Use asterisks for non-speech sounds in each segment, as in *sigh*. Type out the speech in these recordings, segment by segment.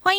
欢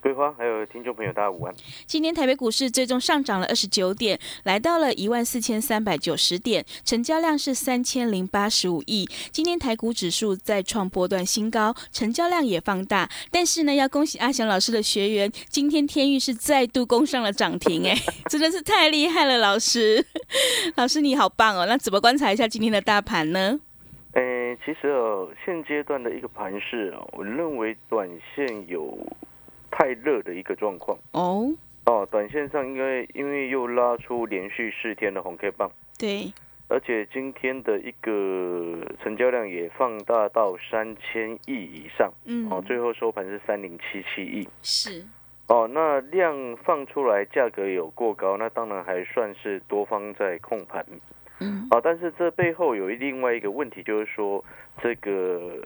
桂花，还有听众朋友，大家午安。今天台北股市最终上涨了二十九点，来到了一万四千三百九十点，成交量是三千零八十五亿。今天台股指数再创波段新高，成交量也放大，但是呢，要恭喜阿祥老师的学员，今天天域是再度攻上了涨停，哎，真的是太厉害了，老师。 *laughs* 老师你好棒哦！那怎么观察一下今天的大盘呢？诶，其实哦，现阶段的一个盘势哦，我认为短线有太热的一个状况哦，哦，短线上因为因为又拉出连续四天的红 K 棒，对，而且今天的一个成交量也放大到三千亿以上嗯，哦，最后收盘是三零七七亿是，哦，那量放出来，价格有过高，那当然还算是多方在控盘。嗯，哦，但是这背后有一另外一个问题，就是说这个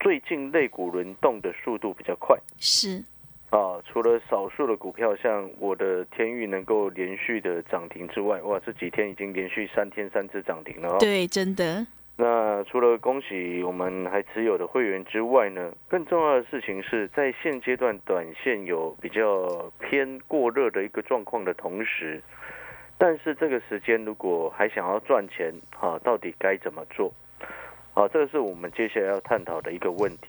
最近类股轮动的速度比较快是，啊，除了少数的股票，像我的天域能够连续的涨停之外，哇，这几天已经连续三天三只涨停了哦。对，真的，那除了恭喜我们还持有的会员之外呢，更重要的事情是在现阶段短线有比较偏过热的一个状况的同时，但是这个时间如果还想要赚钱，哈、到底该怎么做？啊，这个是我们接下来要探讨的一个问题。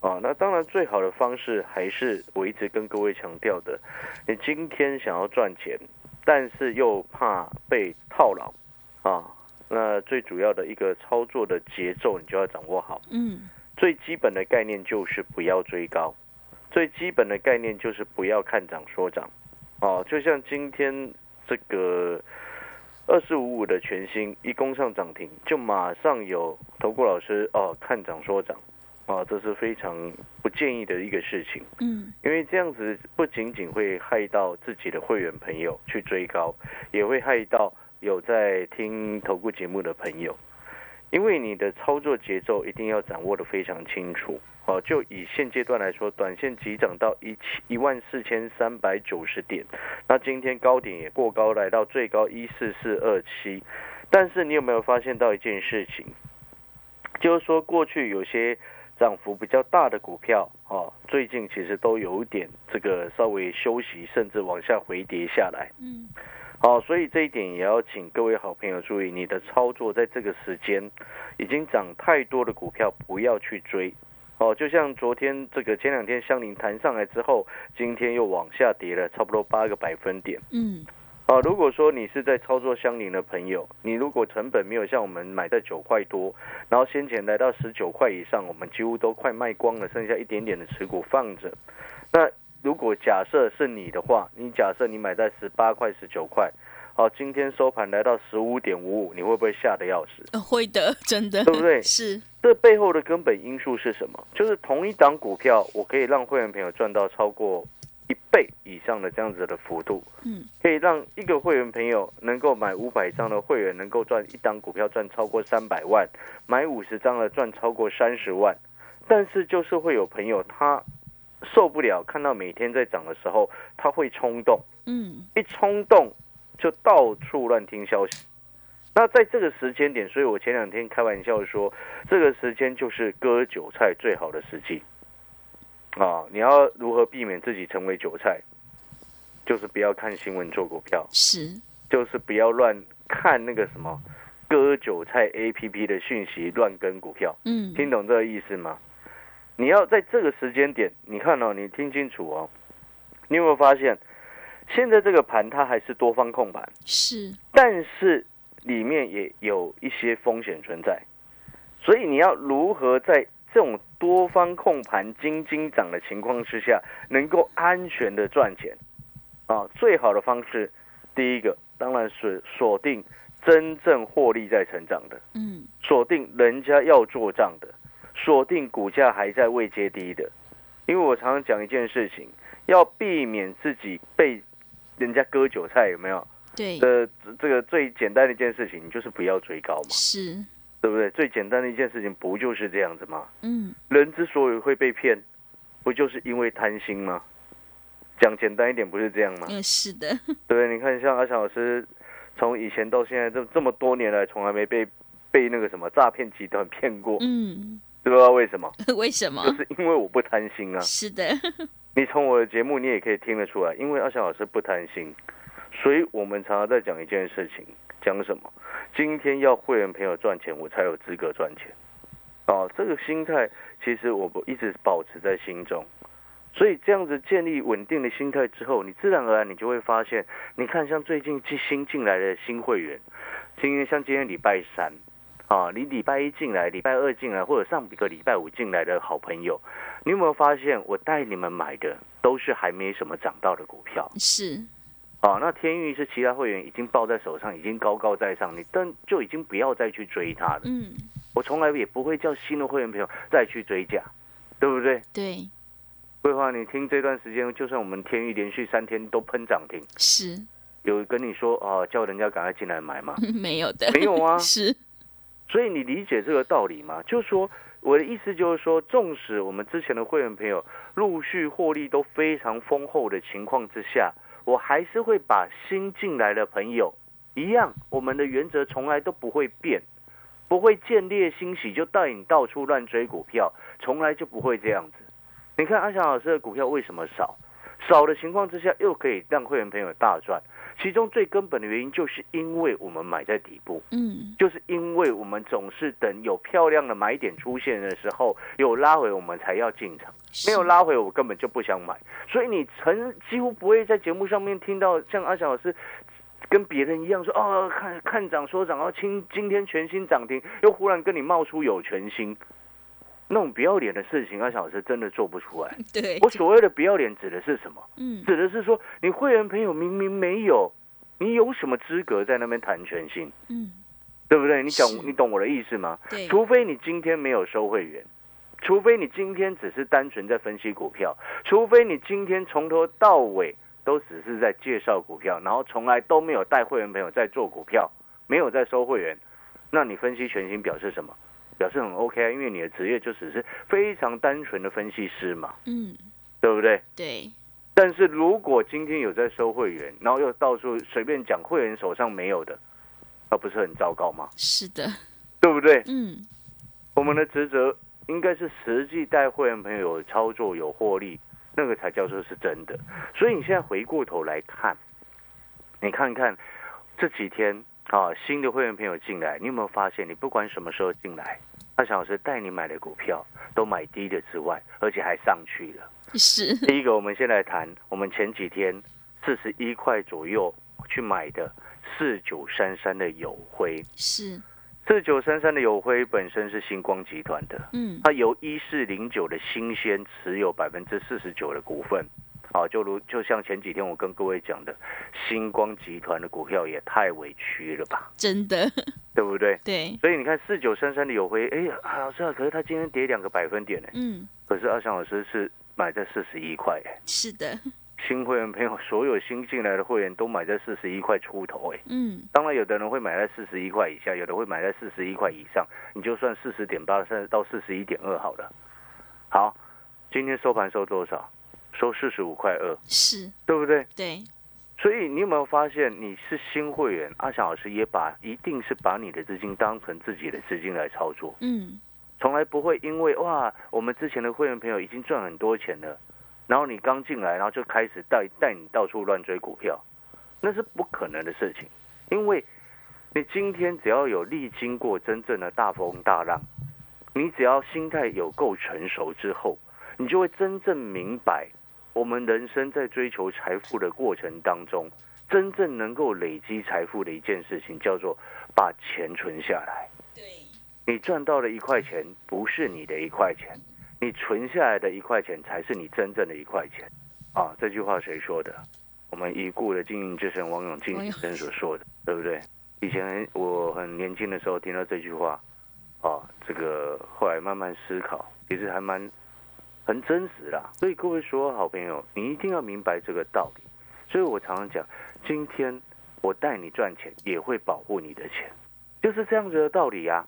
啊，那当然最好的方式还是我一直跟各位强调的，你今天想要赚钱，但是又怕被套牢，啊，那最主要的一个操作的节奏，你就要掌握好。嗯，最基本的概念就是不要追高，最基本的概念就是不要看涨说涨。哦，就像今天这个二四五五的全新一攻上涨停，就马上有投顾老师哦看涨说涨，啊、哦，这是非常不建议的一个事情。嗯，因为这样子不仅仅会害到自己的会员朋友去追高，也会害到有在听投顾节目的朋友，因为你的操作节奏一定要掌握的非常清楚。哦，就以现阶段来说，短线急涨到一七一万四千三百九十点，那今天高点也过高，来到最高一四四二七。但是你有没有发现到一件事情，就是说过去有些涨幅比较大的股票哦，最近其实都有一点这个稍微休息，甚至往下回跌下来。嗯，哦，所以这一点也要请各位好朋友注意，你的操作在这个时间已经涨太多的股票不要去追。哦，就像昨天这个前两天香菱弹上来之后，今天又往下跌了差不多八个百分点。嗯，啊，如果说你是在操作相邻的朋友，你如果成本没有像我们买在九块多，然后先前来到十九块以上，我们几乎都快卖光了，剩下一点点的持股放着。那如果假设是你的话，你假设你买在十八块、十九块，好、今天收盘来到十五点五五，你会不会吓得要死？呃会的，真的，对不对是，这背后的根本因素是什么？就是同一档股票，我可以让会员朋友赚到超过一倍以上的这样子的幅度，嗯，可以让一个会员朋友能够买五百张的会员能够赚一档股票赚超过三百万，买五十张的赚超过三十万，但是就是会有朋友他受不了，看到每天在涨的时候，他会冲动。嗯，一冲动就到处乱听消息。那在这个时间点，所以我前两天开玩笑说，这个时间就是割韭菜最好的时机啊！你要如何避免自己成为韭菜？就是不要看新闻做股票，是，就是不要乱看那个什么割韭菜 A P P 的讯息，乱跟股票。嗯，听懂这个意思吗？你要在这个时间点，你看哦，你听清楚哦，你有没有发现，现在这个盘它还是多方控盘，是，但是里面也有一些风险存在，所以你要如何在这种多方控盘、金金涨的情况之下，能够安全的赚钱啊？最好的方式，第一个当然是锁定真正获利在成长的，嗯锁定人家要做账的，锁定股价还在未接低的。因为我常常讲一件事情，要避免自己被人家割韭菜，有没有？对，呃，这这个最简单的一件事情，你就是不要追高嘛，是，对不对？最简单的一件事情，不就是这样子吗？嗯人之所以会被骗，不就是因为贪心吗？讲简单一点，不是这样吗？嗯是的，对，你看像阿翔老师，从以前到现在这这么多年来，从来没被被那个什么诈骗集团骗过，嗯， *laughs* 知不知道为什么？为什么就？是因为我不贪心啊。是的，你从我的节目你也可以听得出来，因为阿翔老师不贪心，所以我们常常在讲一件事情，讲什么？今天要会员朋友赚钱，我才有资格赚钱。哦，这个心态其实我不一直保持在心中，所以这样子建立稳定的心态之后，你自然而然你就会发现，你看像最近进新进来的新会员，今天像今天礼拜三。啊，你礼拜一进来，礼拜二进来，或者上个礼拜五进来的好朋友，你有没有发现，我带你们买的都是还没什么涨到的股票是，啊？那天域是其他会员已经抱在手上，已经高高在上，你但就已经不要再去追它了。嗯我从来也不会叫新的会员朋友再去追价，对不对？对，桂花，你听这段时间，就算我们天域连续三天都喷涨停，是 *laughs* 有跟你说啊，叫人家赶快进来买吗？没有的，没有啊是，所以你理解这个道理吗？就是说，我的意思就是说，纵使我们之前的会员朋友陆续获利都非常丰厚的情况之下，我还是会把新进来的朋友一样，我们的原则从来都不会变，不会见猎欣喜就带你到处乱追股票，从来就不会这样子。你看阿翔老师的股票为什么少？少的情况之下，又可以让会员朋友大赚，其中最根本的原因就是因为我们买在底部。嗯就是因为我们总是等有漂亮的买点出现的时候，有拉回我们才要进场，是没有拉回我根本就不想买。所以你曾几乎不会在节目上面听到像阿翔老师跟别人一样说 *laughs* 哦，看看涨说涨，然后哦今今天全新涨停，又忽然跟你冒出有全新。那种不要脸的事情，阿翔老师真的做不出来。对我，所谓的不要脸指的是什么？嗯指的是说你会员朋友明明没有，你有什么资格在那边谈全新？嗯对不对？你讲是你懂我的意思吗？对，除非你今天没有收会员，除非你今天只是单纯在分析股票，除非你今天从头到尾都只是在介绍股票，然后从来都没有带会员朋友在做股票，没有在收会员，那你分析全新表示什么？表示很 OK 啊，因为你的职业就只是非常单纯的分析师嘛，嗯对不对？对，但是如果今天有在收会员，然后又到处随便讲会员手上没有的，那不是很糟糕吗？是的，对不对？嗯我们的职责应该是实际带会员朋友有操作有获利，那个才叫做是真的。所以你现在回过头来看，你看看这几天啊，新的会员朋友进来，你有没有发现，你不管什么时候进来，啊阿翔老师带你买的股票都买低的之外，而且还上去了。是，第一个，我们先来谈我们前几天四十一块左右去买的四九三三的友辉，是，四九三三的友辉本身是星光集团的。嗯它由一四零九的新鲜持有百分之四十九的股份，啊，就如就像前几天我跟各位讲的，星光集团的股票也太委屈了吧，真的，对不对？对，所以你看四九三三的友辉，哎呀，啊老师啊，可是它今天跌两个百分点呢，嗯可是阿翔老师是买在四十一块耶，是的，新会员朋友所有新进来的会员都买在四十一块出头哎。嗯当然，有的人会买在四十一块以下，有的会买在四十一块以上。你就算四十点八三到四十一点二好了。好，今天收盘收多少？收四十五块二，是，对不对？对，所以你有没有发现，你是新会员，阿翔老师也把一定是把你的资金当成自己的资金来操作，嗯从来不会因为哇，我们之前的会员朋友已经赚很多钱了，然后你刚进来，然后就开始带带你到处乱追股票，那是不可能的事情，因为你今天只要有历经过真正的大风大浪，你只要心态有够成熟之后，你就会真正明白，我们人生在追求财富的过程当中，真正能够累积财富的一件事情，叫做把钱存下来。对，你赚到了一块钱，不是你的一块钱，你存下来的一块钱才是你真正的一块钱。啊，这句话谁说的？我们已故的经营之神王永庆王永先生所说的，对不对？以前我很年轻的时候听到这句话，啊，这个后来慢慢思考，其实还蛮很真实啦。所以各位所有好朋友，你一定要明白这个道理。所以我常常讲，今天我带你赚钱，也会保护你的钱，就是这样子的道理啊。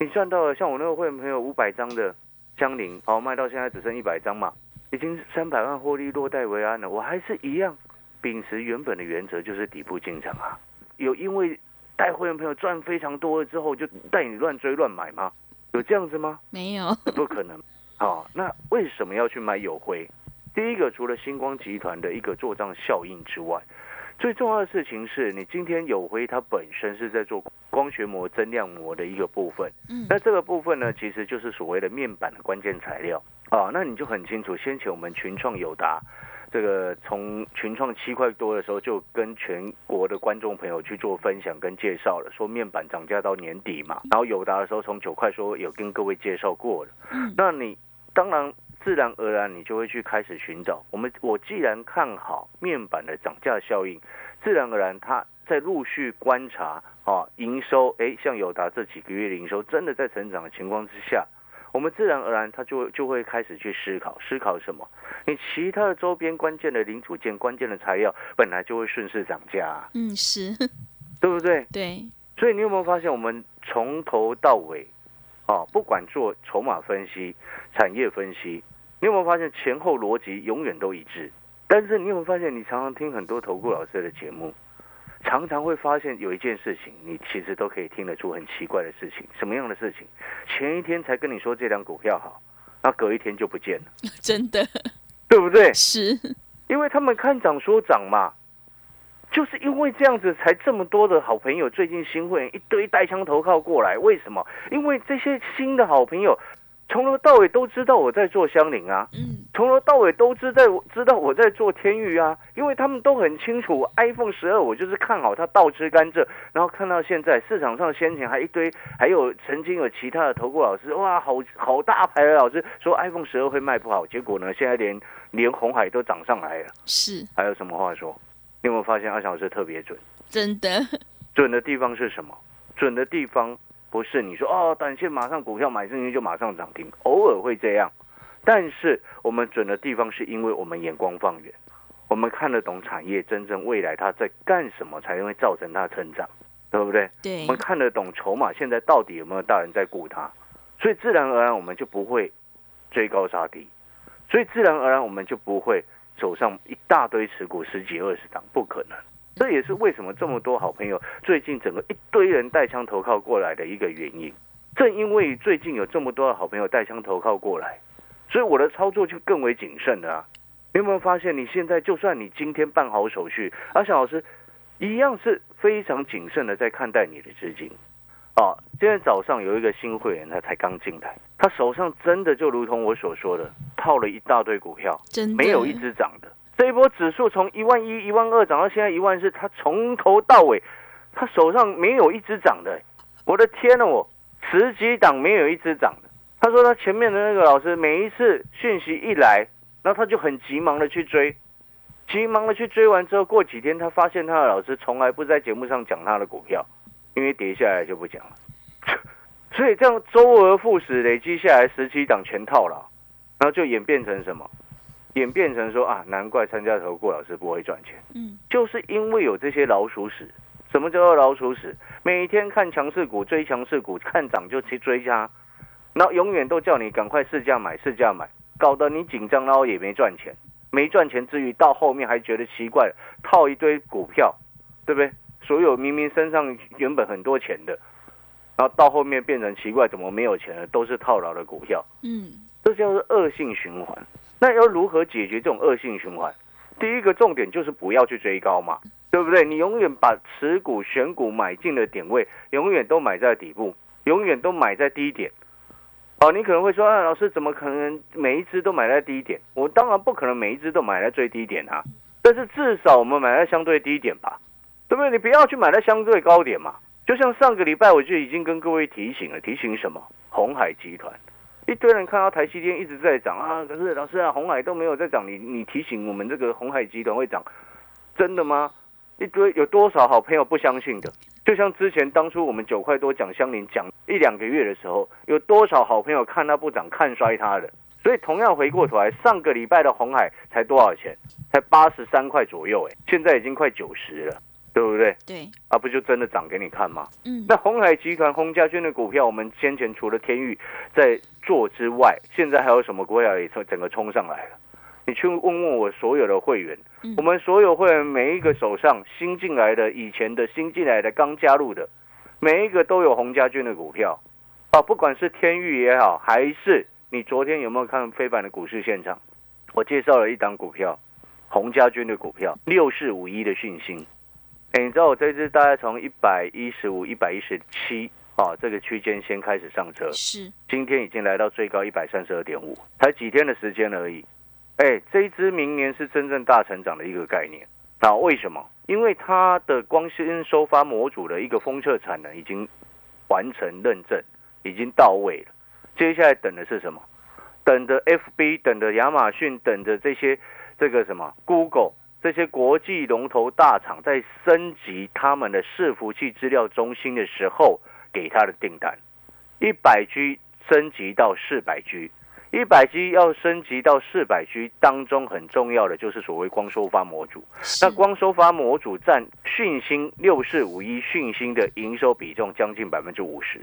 你赚到了，像我那个会员朋友五百张的香菱，好卖到现在只剩一百张嘛，已经三百万获利落袋为安了。我还是一样秉持原本的原则，就是底部进场啊。有因为带会员朋友赚非常多了之后，就带你乱追乱买吗？有这样子吗？没有，不可能。好、那为什么要去买友辉？第一个，除了星光集团的一个做账效应之外，最重要的事情是你今天友辉它本身是在做光学膜、增量膜的一个部分。嗯那这个部分呢，其实就是所谓的面板的关键材料啊。那你就很清楚，先前我们群创友达，这个从群创七块多的时候，就跟全国的观众朋友去做分享跟介绍了，说面板涨价到年底嘛。然后友达的时候从九块说有跟各位介绍过了。嗯那你当然自然而然你就会去开始寻找。我们我既然看好面板的涨价效应，自然而然它在陆续观察啊营收，诶，像友达这几个月的营收真的在成长的情况之下。我们自然而然，它就会就会开始去思考，思考什么？你其他的周边关键的零组件、关键的材料，本来就会顺势涨价、啊，嗯是， *laughs* 对不对？ *laughs* 对，所以你有没有发现，我们从头到尾，啊，不管做筹码分析、产业分析，你有没有发现前后逻辑永远都一致？但是你有没有发现，你常常听很多投顾老师的节目，常常会发现有一件事情，你其实都可以听得出很奇怪的事情。什么样的事情？前一天才跟你说这张股票好，那隔一天就不见了，真的对不对？是，因为他们看涨说涨嘛，就是因为这样子才这么多的好朋友最近新会员一堆带枪投靠过来，为什么？因为这些新的好朋友从头到尾都知道我在做香菱啊，嗯从头到尾都知在知道我在做天域啊，因为他们都很清楚 iPhone 十二，我就是看好它倒吃甘蔗，然后看到现在市场上先前还一堆，还有曾经有其他的投顾老师，哇，好好大牌的老师说 iPhone 十二会卖不好，结果呢，现在连连红海都涨上来了，是还有什么话说？你有没有发现阿翔老师特别准？真的，准的地方是什么？准的地方不是你说哦，短线马上股票买进去就马上涨停，偶尔会这样。但是我们准的地方是因为我们眼光放远，我们看得懂产业真正未来它在干什么，才会造成它的成长，对不对？对我们看得懂筹码现在到底有没有大人在顾它，所以自然而然我们就不会追高杀低，所以自然而然我们就不会手上一大堆持股十几二十档，不可能。这也是为什么这么多好朋友最近整个一堆人带枪投靠过来的一个原因。正因为最近有这么多的好朋友带枪投靠过来，所以我的操作就更为谨慎了、啊。你有没有发现，你现在就算你今天办好手续，阿翔老师一样是非常谨慎的在看待你的资金。啊，今天早上有一个新会员，他才刚进来，他手上真的就如同我所说的，套了一大堆股票，真的没有一只涨的。这一波指数从一万一、一万二涨到现在一万四，他从头到尾，他手上没有一只涨的、我的天呐、我十几档没有一只涨的。他说他前面的那个老师每一次讯息一来，然后他就很急忙的去追，急忙的去追完之后，过几天他发现他的老师从来不在节目上讲他的股票，因为跌下来就不讲了。 *laughs* 所以这样周而复始累积下来十七档全套牢，然后就演变成什么？演变成说啊，难怪参加投顾老师不会赚钱。嗯就是因为有这些老鼠屎。什么叫做老鼠屎？每天看强势股，追强势股，看涨就去追它，然后永远都叫你赶快试价买，试价买，搞得你紧张，然后也没赚钱。没赚钱之余，到后面还觉得奇怪，套一堆股票，对不对？所有明明身上原本很多钱的，然后到后面变成奇怪，怎么没有钱了？都是套牢的股票。嗯这叫做恶性循环。那要如何解决这种恶性循环？第一个重点就是不要去追高嘛，对不对？你永远把持股、选股买进的点位，永远都买在底部，永远都买在低点。哦，你可能会说，啊，老师怎么可能每一只都买在低点？我当然不可能每一只都买在最低点啊，但是至少我们买在相对低点吧，对不对？你不要去买在相对高点嘛。就像上个礼拜我就已经跟各位提醒了，提醒什么？红海集团。一堆人看到台积电一直在涨啊，可是老师啊，红海都没有在涨，你你提醒我们这个红海集团会涨，真的吗？一堆有多少好朋友不相信的？就像之前当初我们九块多讲香林讲一两个月的时候，有多少好朋友看它不涨看衰它的？所以同样回过头来，上个礼拜的红海才多少钱？才八十三块左右，哎，现在已经快九十了，对不对？对，啊，不就真的涨给你看吗？嗯，那红海集团、洪家军的股票，我们先前除了天域在做之外，现在还有什么股票也从整个冲上来了？你去问问我所有的会员，嗯我们所有会员每一个手上新进来的、以前的新进来的、刚加入的，每一个都有洪家军的股票啊，不管是天域也好，还是你昨天有没有看非凡的股市现场，我介绍了一档股票，洪家军的股票六四五一的讯息。哎，你知道我这只大概从一百一十五、一百一十七啊这个区间先开始上车，是，今天已经来到最高一百三十二点五，才几天的时间而已。哎，这一支明年是真正大成长的一个概念。那、为什么？因为它的光纤收发模组的一个封测产能已经完成认证，已经到位了。接下来等的是什么？等着 FB，等着亚马逊，等着这些这个什么 Google 这些国际龙头大厂在升级他们的伺服器资料中心的时候给他的订单。一百 G 升级到四百 G，一百 G 要升级到四百 G 当中很重要的就是所谓光收发模组。是那光收发模组占讯星六四五一讯星的营收比重将近百分之五十。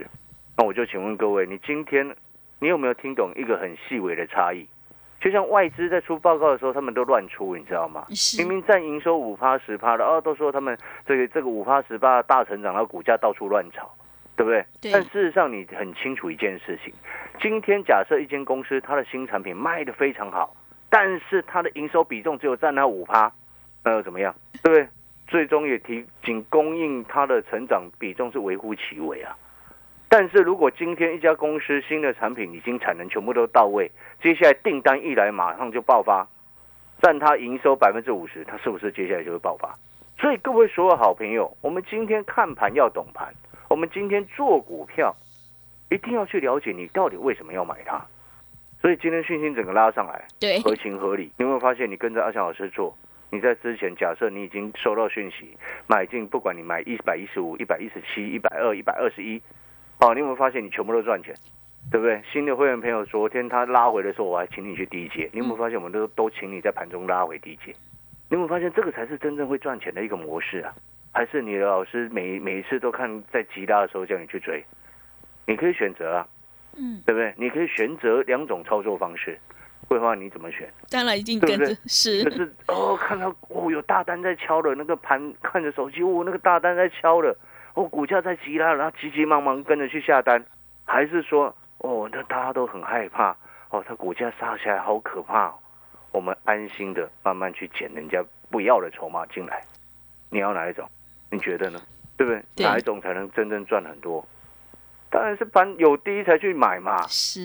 那我就请问各位，你今天你有没有听懂一个很细微的差异？就像外资在出报告的时候，他们都乱出，你知道吗？是明明占营收五趴十趴的，哦，都说他们这个这个五趴十趴大成长，然后股价到处乱炒，对不对？对但事实上，你很清楚一件事情：今天假设一间公司它的新产品卖得非常好，但是它的营收比重只有占它五趴，那又怎么样？对不对？最终也提仅供应它的成长比重是微乎其微啊。但是如果今天一家公司新的产品已经产能全部都到位，接下来订单一来马上就爆发，占它营收百分之五十，它是不是接下来就会爆发？所以各位所有好朋友，我们今天看盘要懂盘，我们今天做股票一定要去了解你到底为什么要买它。所以今天讯息整个拉上来，对，合情合理。你有没有发现，你跟着阿翔老师做，你在之前假设你已经收到讯息，买进，不管你买一百一十五、一百一十七、一百二、一百二十一，哦，你有没有发现你全部都赚钱？对不对？新的会员朋友，昨天他拉回的时候，我还请你去低接，你有没有发现我们都都请你在盘中拉回低接？你有没有发现这个才是真正会赚钱的一个模式啊？还是你的老师每每一次都看在急拉的时候叫你去追？你可以选择啊，嗯，对不对？你可以选择两种操作方式，桂花你怎么选？当然一定对跟不着对可是，是哦，看到哦有大单在敲了，那个盘看着手机，哦那个大单在敲了，哦股价在急拉，然后急急忙忙跟着去下单，还是说哦那大家都很害怕哦，它股价杀起来好可怕、哦，我们安心的慢慢去捡人家不要的筹码进来，你要哪一种？你觉得呢？对不对？对哪一种才能真正赚很多？当然是盘有低才去买嘛。是，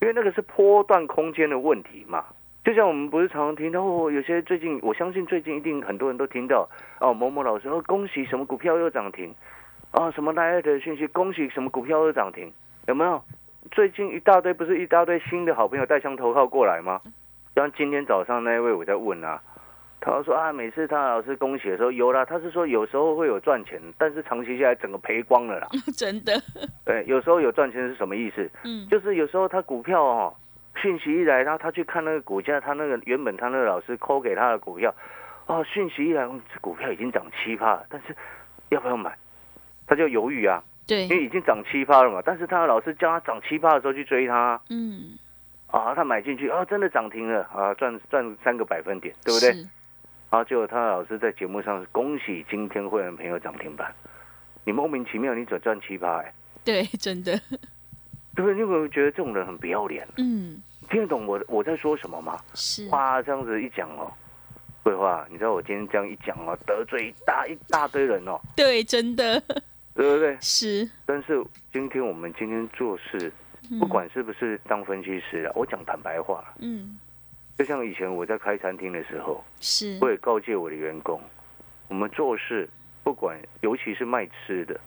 因为那个是波段空间的问题嘛。就像我们不是常常听到哦，有些最近我相信最近一定很多人都听到哦，某某老师哦，恭喜什么股票又涨停，哦，什么来的讯息，恭喜什么股票又涨停，有没有？最近一大堆不是一大堆新的好朋友带枪投靠过来吗？像今天早上那一位我在问啊，他说啊，每次他老师恭喜的时候有啦，他是说有时候会有赚钱，但是长期下来整个赔光了啦。真的，对，有时候有赚钱是什么意思？嗯，就是有时候他股票哦，讯息一来，然后他去看那个股价，他那个原本他那个老师抠给他的股票，哦，讯息一来，嗯这股票已经涨七趴了，但是要不要买？他就犹豫啊，对因，为已经涨七趴了嘛。但是他的老师叫他涨七趴的时候去追他嗯，啊，他买进去啊，真的涨停了啊，赚赚三个百分点，对不对？是？然后结果他的老师在节目上是恭喜今天会员朋友涨停板，你莫名其妙你只赚七趴，哎、对，真的，对不对？你有没有觉得这种人很不要脸？嗯，听得懂我我在说什么吗？是，哇，这样子一讲哦，桂花，你知道我今天这样一讲哦，得罪一大一大堆人哦，对，真的对不对？是，但是今天我们今天做事，嗯不，管是不是当分析师啊，我讲坦白话，嗯，就像以前我在开餐厅的时候，是，我也告诫我的员工，我们做事不管，尤其是卖吃的，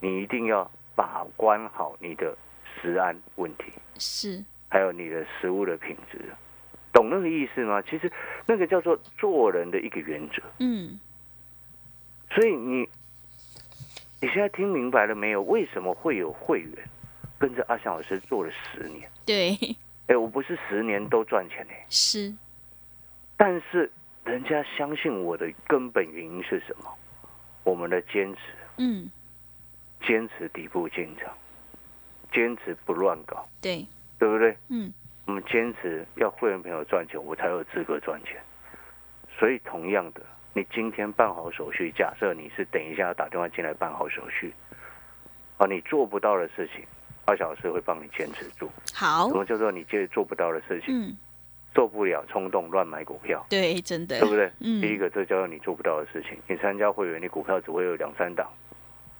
你一定要把关好你的食安问题。是，还有你的食物的品质，懂那个意思吗？其实那个叫做做人的一个原则。嗯，所以你你现在听明白了没有？为什么会有会员跟着阿翔老师做了十年？对，哎，我不是十年都赚钱哎，是，但是人家相信我的根本原因是什么？我们的坚持，嗯，坚持底部进场，坚持不乱搞，对，对不对？嗯，我们坚持要会员朋友赚钱，我才有资格赚钱。所以同样的，你今天办好手续，假设你是等一下要打电话进来办好手续，啊，你做不到的事情，阿小时会帮你坚持住。好什，么叫做你接着做不到的事情？哦嗯，做不了冲动乱买股票，对，真的对，不对？嗯第一个，这叫做你做不到的事情。你参加会员，你股票只会有两三档，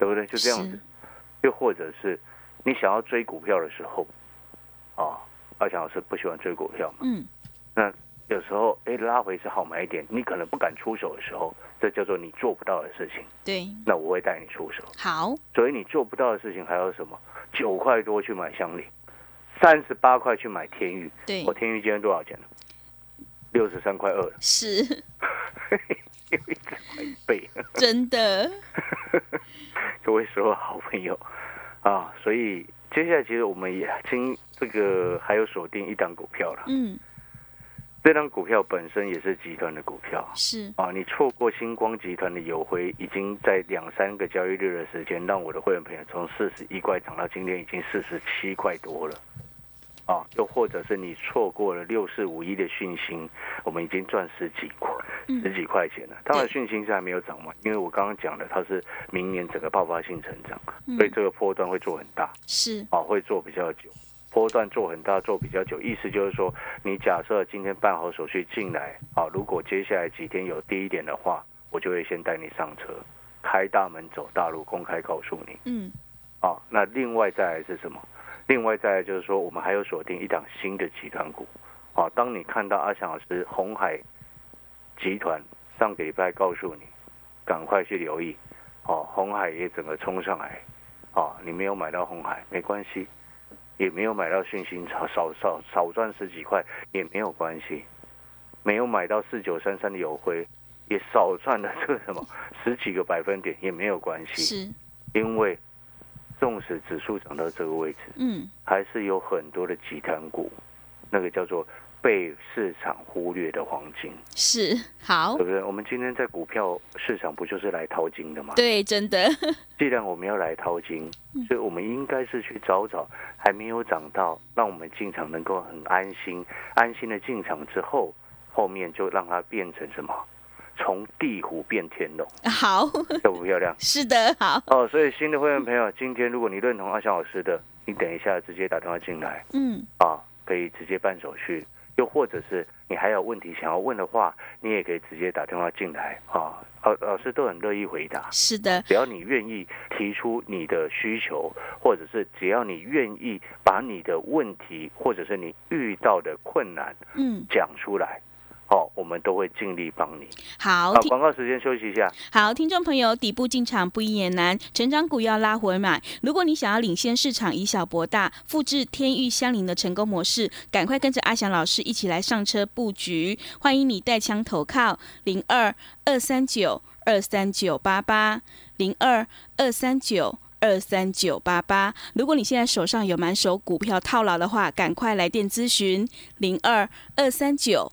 对不对？就这样子是。，又或者是你想要追股票的时候，啊，阿强老师不喜欢追股票嘛？嗯，那有时候哎拉回是好买一点，你可能不敢出手的时候，这叫做你做不到的事情。对，那我会带你出手。好，所以你做不到的事情还有什么？九块多去买香菱，三十八块去买天宇。对我，天宇今天多少钱呢？六十三块二，是一 *laughs* 倍。真的，各位所有好朋友啊，所以接下来其实我们也经这个还有锁定一档股票了，嗯，这档股票本身也是集团的股票是，啊。你错过星光集团的有回，已经在两三个交易日的时间，让我的会员朋友从四十一块涨到今天已经四十七块多了。啊，又或者是你错过了六四五一的讯息，我们已经赚十几块、嗯十几块钱了。当然，对讯息是还没有涨嘛，因为我刚刚讲的，它是明年整个爆发性成长，嗯所以，这个波段会做很大是，啊，会做比较久。波段做很大，做比较久，意思就是说，你假设今天办好手续进来啊，如果接下来几天有低一点的话，我就会先带你上车，开大门走大路，公开告诉你嗯，啊。那另外再来是什么？另外再来就是说，我们还有锁定一档新的集团股啊。当你看到阿翔老师红海集团上个礼拜告诉你，赶快去留意哦，红海也整个冲上来哦，你没有买到红海没关系，也没有买到讯息少少少少赚十几块也没有关系，没有买到四九三三的友辉也少赚了这个什么十几个百分点也没有关系，是，因为纵使指数涨到这个位置，嗯，还是有很多的集团股，那个叫做被市场忽略的黄金。是，好对，不对？我们今天在股票市场不就是来淘金的吗？对，真的， *laughs* 既然我们要来淘金，所以我们应该是去找找还没有涨到，让我们进场能够很安心，安心的进场之后，后面就让它变成什么？从地虎变天龙，好，？漂不漂亮是的，好，哦，所以新的会员朋友，今天如果你认同阿翔老师的，你等一下直接打电话进来嗯，啊，可以直接办手续。又或者是你还有问题想要问的话，你也可以直接打电话进来啊，老老师都很乐意回答。是的，只要你愿意提出你的需求，或者是只要你愿意把你的问题，或者是你遇到的困难嗯，讲出来，哦，我们都会尽力帮你。好，好，听广告时间休息一下。好，听众朋友，底部进场不一言难，成长股要拉回买。如果你想要领先市场，以小博大，复制天域相邻的成功模式，赶快跟着阿翔老师一起来上车布局。欢迎你带枪投靠零二二三九二三九八八零二二三九。二三九八八，如果你现在手上有满手股票套牢的话，赶快来电咨询零二二三九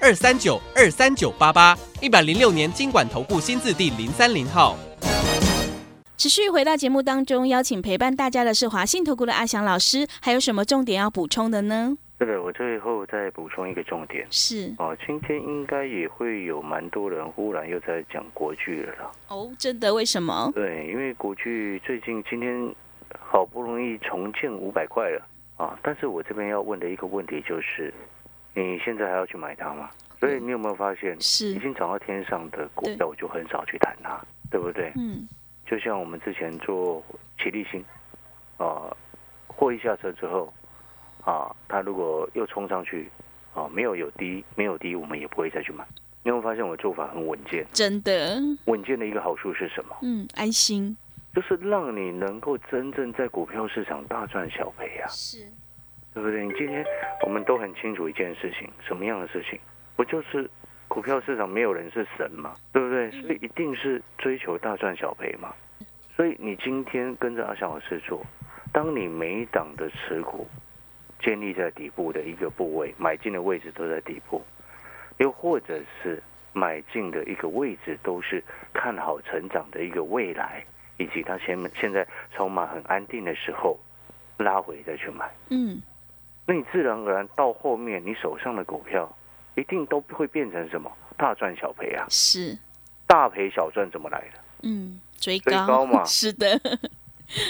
二三九二三九八八，一百零六年经管投顾新字第零三零号。持续回到节目当中，邀请陪伴大家的是华信投顾的阿翔老师，还有什么重点要补充的呢？这个我最后再补充一个重点是哦，今天应该也会有蛮多人忽然又在讲国剧了啦。哦，真的为什么？对，因为国剧最近今天好不容易重建五百块了啊，但是我这边要问的一个问题就是，你现在还要去买它吗？所以你有没有发现，嗯是已经涨到天上的股对票，我就很少去谈它，对不对？嗯，就像我们之前做起立星啊，获利下车之后，啊，它如果又冲上去，啊，没有有低，没有低，我们也不会再去买。你会发现我的做法很稳健，真的，稳健的一个好处是什么？嗯，安心就是让你能够真正在股票市场大赚小赔啊，是，对不对？你今天我们都很清楚一件事情，什么样的事情？不就是股票市场没有人是神嘛，对不对？所以一定是追求大赚小赔嘛。所以你今天跟着阿翔老师做，当你每一档的持股建立在底部的一个部位，买进的位置都在底部，又或者是买进的一个位置都是看好成长的一个未来，以及它前面现在筹码很安定的时候拉回再去买。嗯，那你自然而然到后面，你手上的股票一定都会变成什么大赚小赔啊，是，大赔小赚怎么来的？嗯，追追高，高嘛 *laughs* 是的，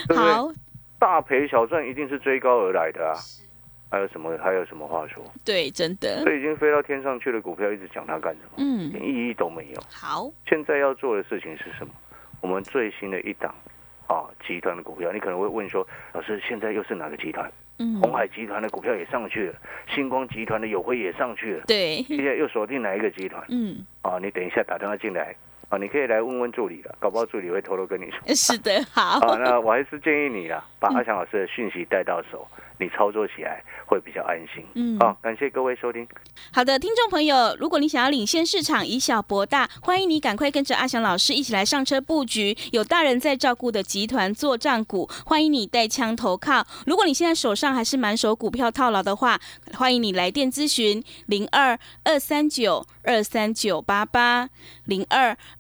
对不对？好，大赔小赚一定是追高而来的啊。还有什么还有什么话说？对，真的，这已经飞到天上去的股票，一直讲它干什么？一嗯，点意义都没有。好，现在要做的事情是什么？我们最新的一档啊集团的股票，你可能会问说，老师现在又是哪个集团？嗯，红海集团的股票也上去了，星光集团的友辉也上去了，对，现在又锁定哪一个集团？嗯，啊，你等一下打电话进来啊，你可以来问问助理了，搞不好助理会偷偷跟你说。是的，好，啊，那我还是建议你啦，把阿翔老师的讯息带到手，你操作起来会比较安心。嗯好、感谢各位收听。好的，听众朋友，如果你想要领先市场，以小博大，欢迎你赶快跟着阿翔老师一起来上车布局。有大人在照顾的集团做账股，欢迎你带枪投靠。如果你现在手上还是满手股票套牢的话，欢迎你来电咨询零二二三九二三九八八零二